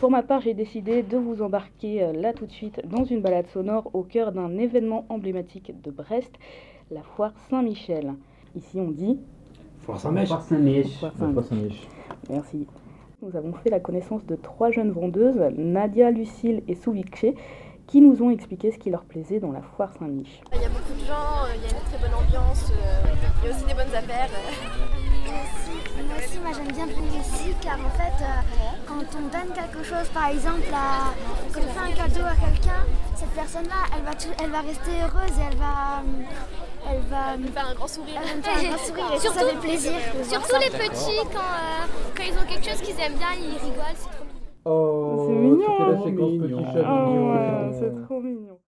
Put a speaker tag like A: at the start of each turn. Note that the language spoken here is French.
A: Pour ma part, j'ai décidé de vous embarquer euh, là tout de suite dans une balade sonore au cœur d'un événement emblématique de Brest, la foire Saint-Michel. Ici, on dit
B: Foire Saint-Mèche.
C: Foire Saint-Mich.
A: foire
D: La
A: Saint-Michel.
D: fois, ça niche.
A: Merci. Nous avons fait la connaissance de trois jeunes vendeuses, Nadia, Lucille et Souviché, qui nous ont expliqué ce qui leur plaisait dans la foire Saint-Mich.
E: Il y a beaucoup de gens, euh, il y a une très bonne ambiance, euh, il y a aussi des bonnes affaires.
F: Merci. Moi aussi, moi j'aime bien venir ici car en fait, euh, quand on donne quelque chose, par exemple, à, quand on fait un cadeau à quelqu'un, cette personne-là, elle va, tou- elle va rester heureuse et elle va, euh, elle va,
E: Il me faire un grand sourire.
F: elle va me faire un grand sourire et ça, ça fait plaisir.
G: Surtout les petits, quand, euh, quand ils ont quelque chose qu'ils aiment bien, ils rigolent, c'est trop
D: Oh,
A: C'est mignon.
D: c'était la séquence petit chat
A: Ah
D: mignon.
A: ouais, c'est trop mignon.